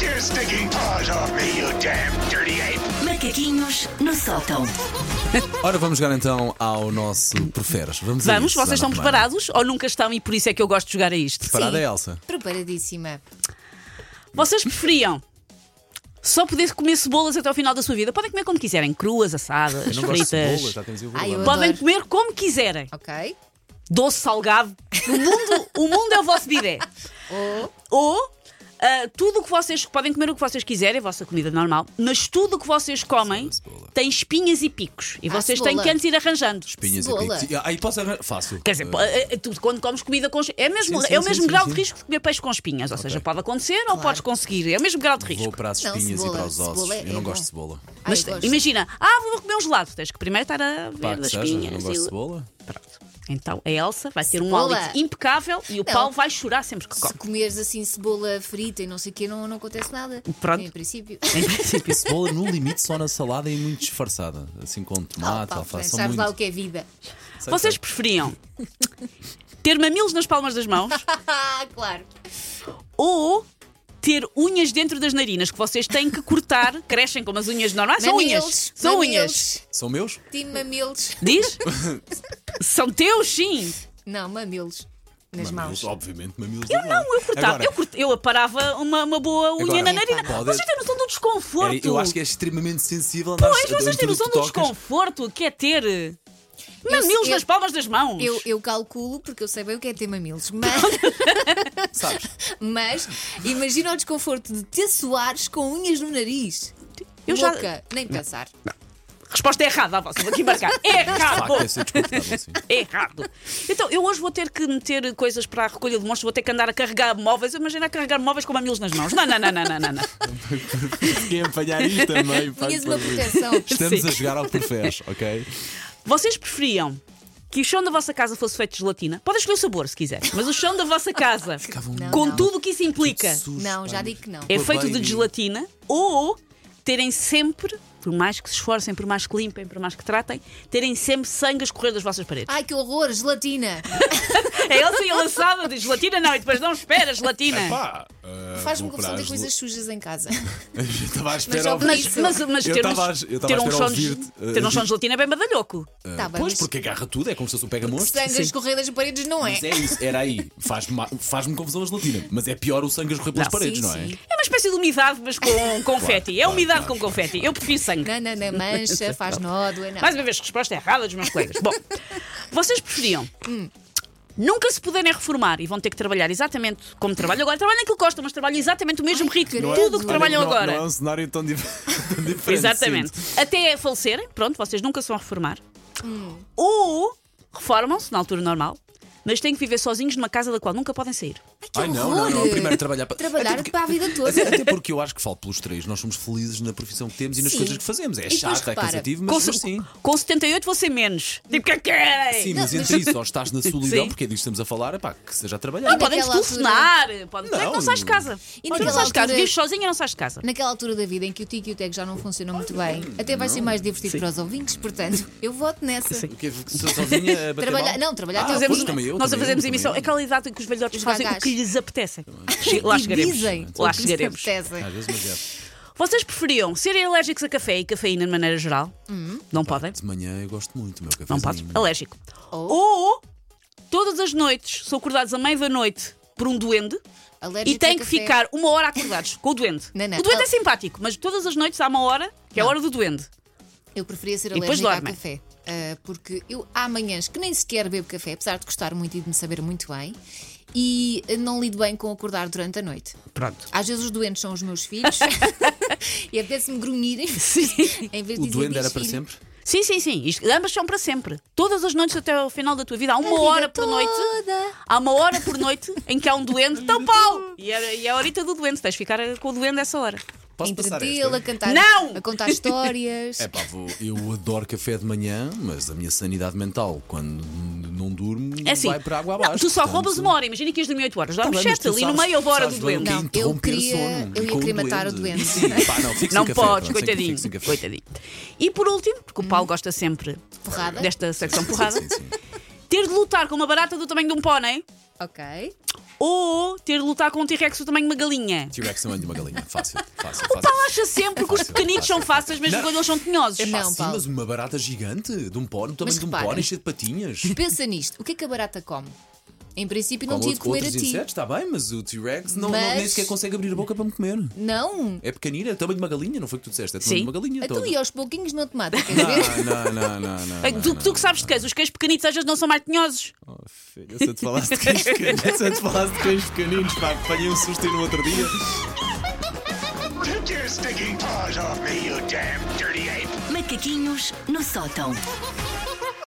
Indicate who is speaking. Speaker 1: your stinking paws off me, you damn dirty ape!
Speaker 2: Macaquinhos no sótão.
Speaker 3: Ora, vamos jogar então ao nosso Preferes. Vamos, a
Speaker 4: Vamos,
Speaker 3: isso, é
Speaker 4: vocês
Speaker 3: Ana
Speaker 4: estão
Speaker 3: Romana.
Speaker 4: preparados ou nunca estão e por isso é que eu gosto de jogar a isto?
Speaker 3: Preparada,
Speaker 5: Sim.
Speaker 3: Elsa?
Speaker 5: Preparadíssima.
Speaker 4: Vocês preferiam só poder comer cebolas até ao final da sua vida? Podem comer como quiserem, cruas, assadas,
Speaker 3: Eu não gosto de tá?
Speaker 4: fritas.
Speaker 3: cebola, já temos aí o
Speaker 5: Ai, eu
Speaker 3: problema.
Speaker 5: adoro.
Speaker 4: Podem comer como quiserem.
Speaker 5: Ok.
Speaker 4: Doce, salgado. O mundo, o mundo é o vosso bidé.
Speaker 5: Ou
Speaker 4: Ou ah, tudo o que vocês podem comer o que vocês quiserem, a vossa comida normal, mas tudo o que vocês comem
Speaker 3: cebola.
Speaker 4: tem espinhas e picos. E
Speaker 5: Ah,
Speaker 4: vocês têm
Speaker 5: cebola.
Speaker 4: que antes ir arranjando.
Speaker 3: Espinhas
Speaker 5: Cebola.
Speaker 3: e picos. Aí posso arranjar. Fácil.
Speaker 4: Quer dizer,
Speaker 3: Eh,
Speaker 4: po- eh, tu, quando comes comida com. es- É, mesmo,
Speaker 3: Sim, sim,
Speaker 4: é o
Speaker 3: sim,
Speaker 4: mesmo
Speaker 3: sim,
Speaker 4: grau
Speaker 3: sim.
Speaker 4: de risco de comer peixe com espinhas. Ou seja, pode acontecer ou
Speaker 5: Claro.
Speaker 4: podes conseguir. É o mesmo grau de risco.
Speaker 3: Vou para as
Speaker 5: Não,
Speaker 3: espinhas e
Speaker 5: cebola,
Speaker 3: para os ossos.
Speaker 5: cebola é
Speaker 3: eu não
Speaker 5: bom.
Speaker 3: gosto de cebola.
Speaker 5: Ai,
Speaker 4: Mas
Speaker 5: eu gosto.
Speaker 4: imagina, ah, vou comer um gelado. Tens que primeiro estar a ver
Speaker 3: Pá, que
Speaker 4: das
Speaker 3: seja, eu não
Speaker 4: espinhas.
Speaker 3: gosto de
Speaker 4: e o-
Speaker 3: cebola.
Speaker 4: Pronto. Então a Elsa vai ter um
Speaker 5: Cebola.
Speaker 4: hálito impecável e o
Speaker 5: Não.
Speaker 4: pau vai chorar sempre que come.
Speaker 5: se comeres assim cebola frita e não sei o quê, não, não acontece nada.
Speaker 4: Pronto. Então,
Speaker 5: Em princípio.
Speaker 4: Em princípio.
Speaker 3: tipo, Cebola no limite só na salada e muito disfarçada. Assim com
Speaker 5: Ah,
Speaker 3: tomate,
Speaker 4: então,
Speaker 5: pá,
Speaker 3: alface. são
Speaker 5: sabes lá o
Speaker 3: muito.
Speaker 5: que é vida.
Speaker 3: Sei,
Speaker 4: Vocês
Speaker 3: sei.
Speaker 4: preferiam ter mamilos nas palmas das mãos
Speaker 5: Ah, claro.
Speaker 4: ou ter unhas dentro das narinas que vocês têm que cortar, crescem como as unhas normais? São unhas.
Speaker 5: Mamilos,
Speaker 4: São unhas.
Speaker 5: mamilos.
Speaker 3: São meus?
Speaker 5: Time mamilos.
Speaker 4: Diz? São teus, sim.
Speaker 5: Não, mamilos. Nas
Speaker 3: Mamilos,
Speaker 5: mãos.
Speaker 3: obviamente, mamilos. Eu
Speaker 4: Não, eu cortava.
Speaker 3: Então, Agora,
Speaker 4: eu, cort- eu aparava uma, uma boa unha
Speaker 3: Agora,
Speaker 4: na narina.
Speaker 3: pode-
Speaker 4: Vocês têm noção do desconforto?
Speaker 3: Era- Eu acho que é extremamente sensível.
Speaker 4: Pois, vocês têm noção do desconforto que é ter eh, mamilos
Speaker 5: eu-
Speaker 4: nas palmas das mãos.
Speaker 5: Eu, eu calculo, porque eu sei bem o que é ter mamilos, mas,
Speaker 3: Sabes?
Speaker 5: mas imagina o desconforto de te suares com unhas no nariz.
Speaker 4: Eu já-
Speaker 5: Louca, nem pensar.
Speaker 4: Resposta errada à vossa, vou aqui marcar.
Speaker 3: De
Speaker 4: Errado!
Speaker 3: facto, deve ser desconfortável, sim.
Speaker 4: Errado. Então, eu hoje vou ter que meter coisas para a recolha de monstros, vou ter que andar a carregar móveis. Imagina a carregar móveis com mamilos nas mãos. Não, não, não, não, não, não. não.
Speaker 3: Quem apanhar isto também. pá,
Speaker 5: Tinhas
Speaker 3: que
Speaker 5: uma
Speaker 3: barulho.
Speaker 5: proteção.
Speaker 3: Estamos
Speaker 4: Sim.
Speaker 3: a jogar ao Preferes, ok?
Speaker 4: Vocês preferiam que o chão da vossa casa fosse feito de gelatina? Podem escolher o sabor se quiser, mas o chão da vossa casa,
Speaker 3: um
Speaker 5: Não,
Speaker 4: com
Speaker 5: não.
Speaker 4: tudo o que isso implica,
Speaker 3: Sujo,
Speaker 5: Não,
Speaker 3: pá.
Speaker 5: já digo que não.
Speaker 4: é
Speaker 3: Pô,
Speaker 4: feito
Speaker 3: bem.
Speaker 4: de gelatina ou terem sempre, por mais que se esforcem, por mais que limpem, por mais que tratem, terem sempre sangue a escorrer das vossas paredes.
Speaker 5: Ai que horror, gelatina!
Speaker 4: É Elsa e a lançada de gelatina, não, e depois não espera gelatina.
Speaker 3: Pá,
Speaker 5: Faz-me confusão ter coisas sujas em casa.
Speaker 3: eh, Estava à
Speaker 5: Mas
Speaker 3: espera
Speaker 5: ao
Speaker 3: ouvir.
Speaker 4: Mas, mas, mas
Speaker 3: Eu
Speaker 4: ter, um,
Speaker 3: tava a- eu tava
Speaker 4: ter
Speaker 3: a
Speaker 4: um
Speaker 3: esperar
Speaker 4: chão de,
Speaker 3: ouvir-te, eh,
Speaker 4: ter um chão de gelatina é bem badalhoco.
Speaker 5: Tá bem,
Speaker 3: Pois,
Speaker 5: mas-
Speaker 3: porque agarra tudo, é como se fosse um pega-monstro.
Speaker 5: Sangue as correias das paredes não é.
Speaker 3: Mas é isso, era aí. Faz-me ma- faz-me confusão a gelatina, mas é pior o sangue a escorrer pelas
Speaker 4: Não,
Speaker 3: paredes,
Speaker 5: sim,
Speaker 3: não é?
Speaker 5: sim.
Speaker 4: É uma espécie de umidade, mas com confeti. é
Speaker 3: claro,
Speaker 4: umidade
Speaker 3: claro,
Speaker 4: com confeti. Eu prefiro sangue.
Speaker 5: Não, não, não, mancha, faz nódoa, não.
Speaker 4: Mais uma vez, resposta errada dos meus colegas. Bom, vocês preferiam nunca se poderem reformar e vão ter que trabalhar exatamente como trabalham agora. Trabalham aquilo que gostam, mas trabalham exatamente o mesmo ritmo,
Speaker 5: credo.
Speaker 4: tudo o que
Speaker 5: Olha,
Speaker 4: trabalham
Speaker 3: não,
Speaker 4: agora.
Speaker 3: Não é um cenário tão, dif- tão diferente.
Speaker 4: Exatamente.
Speaker 3: sinto.
Speaker 4: Até falecerem, pronto, vocês nunca se vão reformar. Ou reformam-se na altura normal, mas têm que viver sozinhos numa casa da qual nunca podem sair.
Speaker 5: Que
Speaker 3: Ai, não, não, não.
Speaker 5: horror.
Speaker 3: Primeiro trabalhar para.
Speaker 5: Trabalhar
Speaker 3: Até porque-
Speaker 5: para a vida toda.
Speaker 3: Até, até porque eu acho que falo pelos três, nós somos felizes na profissão que temos e nas
Speaker 5: Sim.
Speaker 3: coisas que fazemos. É
Speaker 5: E depois
Speaker 3: chato, é
Speaker 5: repara,
Speaker 3: cansativo,
Speaker 4: Com,
Speaker 3: mas, mas
Speaker 4: se-
Speaker 3: sim.
Speaker 4: com 78 vou ser menos. Tipo, que querem?
Speaker 3: Sim,
Speaker 5: Não,
Speaker 3: mas
Speaker 5: mas-
Speaker 3: entre isso, ou estás na solidão,
Speaker 4: Sim.
Speaker 3: porque é disto que estamos a falar, é pá, que seja a trabalhar.
Speaker 4: E podem
Speaker 5: naquela
Speaker 4: telefonar, podem
Speaker 3: Não.
Speaker 4: dizer que não sais de casa.
Speaker 5: E
Speaker 4: Tu não
Speaker 5: naquela
Speaker 4: sais de casa,
Speaker 5: altura-
Speaker 4: vives sozinha e não sais de casa.
Speaker 5: Naquela altura da vida em que o tico e o tec já não funcionam muito bem, até vai ser mais divertido para os ouvintes, portanto, eu voto nessa.
Speaker 4: Sim.
Speaker 3: Que se sozinha a bater mal?
Speaker 5: Trabalhar- não, trabalhar
Speaker 3: Ah,
Speaker 5: até
Speaker 3: pois,
Speaker 5: fazemos-
Speaker 3: também eu,
Speaker 4: Nós a
Speaker 3: também eu,
Speaker 4: fazemos
Speaker 3: também
Speaker 4: emissão.
Speaker 3: eu.
Speaker 4: É aquela idade em que os velhotes
Speaker 5: Os
Speaker 4: fazem o
Speaker 5: vagás.
Speaker 4: que lhes apetece. Lá
Speaker 5: E
Speaker 4: chegaremos.
Speaker 5: dizem
Speaker 4: Lá
Speaker 5: o que lhes
Speaker 4: chegaremos.
Speaker 5: apetece.
Speaker 3: Às vezes, mas é.
Speaker 4: Vocês preferiam serem alérgicos a café e cafeína de maneira geral?
Speaker 5: Hum.
Speaker 4: Não podem?
Speaker 3: De manhã eu gosto muito, meu café.
Speaker 4: Não pode. Alérgico.
Speaker 5: Oh.
Speaker 4: Ou todas as noites são acordados à meia da noite por um duende
Speaker 5: Alérgicos
Speaker 4: e têm
Speaker 5: a
Speaker 4: que
Speaker 5: café.
Speaker 4: ficar uma hora acordados com o duende.
Speaker 5: Não, Oh. não.
Speaker 4: O duende é
Speaker 5: Al-
Speaker 4: simpático, mas todas as noites há uma hora que é a hora do duende.
Speaker 5: Eu preferia ser
Speaker 4: depois
Speaker 5: alérgica a
Speaker 4: dormem.
Speaker 5: café. ah, porque eu há manhãs que nem sequer bebo café, apesar de gostar muito e de me saber muito bem, e ah, não lido bem com acordar durante a noite.
Speaker 4: Pronto.
Speaker 5: Às vezes os doentes são os meus filhos e apetece-me grunhirem em vez de
Speaker 3: O
Speaker 5: dizer
Speaker 3: duende era
Speaker 5: "Diz
Speaker 3: para
Speaker 5: filho".
Speaker 3: sempre?
Speaker 4: Sim, sim, sim. Isto, ambas são para sempre. Todas as noites até ao final da tua vida. Há uma
Speaker 5: vida
Speaker 4: hora por noite.
Speaker 5: toda.
Speaker 4: Há uma hora por noite em que há um duende. Então, pau! E é, e é a horita do duende. Tens de ficar com o duende essa hora.
Speaker 3: Posso passar
Speaker 5: Entretê-lo, a
Speaker 3: esta?
Speaker 5: cantar,
Speaker 4: Não!
Speaker 5: a contar histórias.
Speaker 3: É pá, vou- eu adoro café de manhã, mas a minha sanidade mental, quando n- não durmo,
Speaker 4: É assim.
Speaker 3: vai para água
Speaker 4: não,
Speaker 3: abaixo.
Speaker 4: tu só
Speaker 3: portanto-
Speaker 4: roubas uma hora. Imagina que ias dormir 8 horas. Dormes
Speaker 3: Tá bem, mas
Speaker 4: 7
Speaker 3: tu
Speaker 4: ali no
Speaker 3: sabes-
Speaker 4: meio da hora
Speaker 3: sabes
Speaker 4: do
Speaker 3: bem o que
Speaker 4: duende.
Speaker 3: é
Speaker 5: Não, eu
Speaker 3: interromper
Speaker 5: queria-
Speaker 3: sono.
Speaker 5: eu ia
Speaker 3: Com o
Speaker 5: querer matar o duende.
Speaker 3: Sim, pá, não, fico
Speaker 4: Não
Speaker 3: sem café,
Speaker 4: podes,
Speaker 3: pronto, fico-
Speaker 4: coitadinho.
Speaker 3: fico sem café.
Speaker 4: coitadinho. E por último, porque o Paulo gosta sempre
Speaker 5: Porrada.
Speaker 4: desta secção
Speaker 3: Sim,
Speaker 4: porrada,
Speaker 3: sim, sim.
Speaker 4: ter de lutar com uma barata do tamanho de um pônei
Speaker 5: Ok.
Speaker 4: Ou ter de lutar com um T-Rex do tamanho de uma galinha.
Speaker 3: T-Rex tamanho de uma galinha. Fácil, fácil,
Speaker 4: O
Speaker 3: fácil.
Speaker 4: Paulo acha sempre que os
Speaker 3: Fácil,
Speaker 4: pequenitos são
Speaker 3: fácil.
Speaker 4: fáceis, mesmo
Speaker 3: Não.
Speaker 4: quando eles são tinhosos. É
Speaker 5: Não.
Speaker 3: Sim,
Speaker 5: Paulo.
Speaker 3: mas uma barata gigante, de um pó, no tamanho de um
Speaker 5: repara.
Speaker 3: pó, cheia de patinhas.
Speaker 5: Pensa nisto. O que é que a barata come? Em princípio, não
Speaker 3: Como
Speaker 5: tinha de comer a
Speaker 3: outros
Speaker 5: ti.
Speaker 3: insetos, está bem, mas o T-Rex não, não- nem
Speaker 5: Mas-
Speaker 3: sequer consegue abrir a boca para me comer.
Speaker 5: Não.
Speaker 3: É pequenina, é tamanho de uma galinha, não foi o que tu disseste, é tamanho
Speaker 4: Sim.
Speaker 3: de uma galinha.
Speaker 5: Então,
Speaker 3: toda. Ah,
Speaker 5: e aos pouquinhos não te mata, quer ver?
Speaker 3: Não, não, não, não. não,
Speaker 4: É que
Speaker 3: não,
Speaker 4: tu,
Speaker 3: não.
Speaker 4: tu que sabes de queijo, os queijos pequenitos às vezes não são mais tinhosos.
Speaker 3: Oh, filho, se eu te falasse de cães pequeninos, se eu te falasse de cães pequeninos, pá, que apanhei um susto aí no outro dia.
Speaker 1: Take your stinking paws off me, you damn dirty ape!
Speaker 2: Macaquinhos no sótão.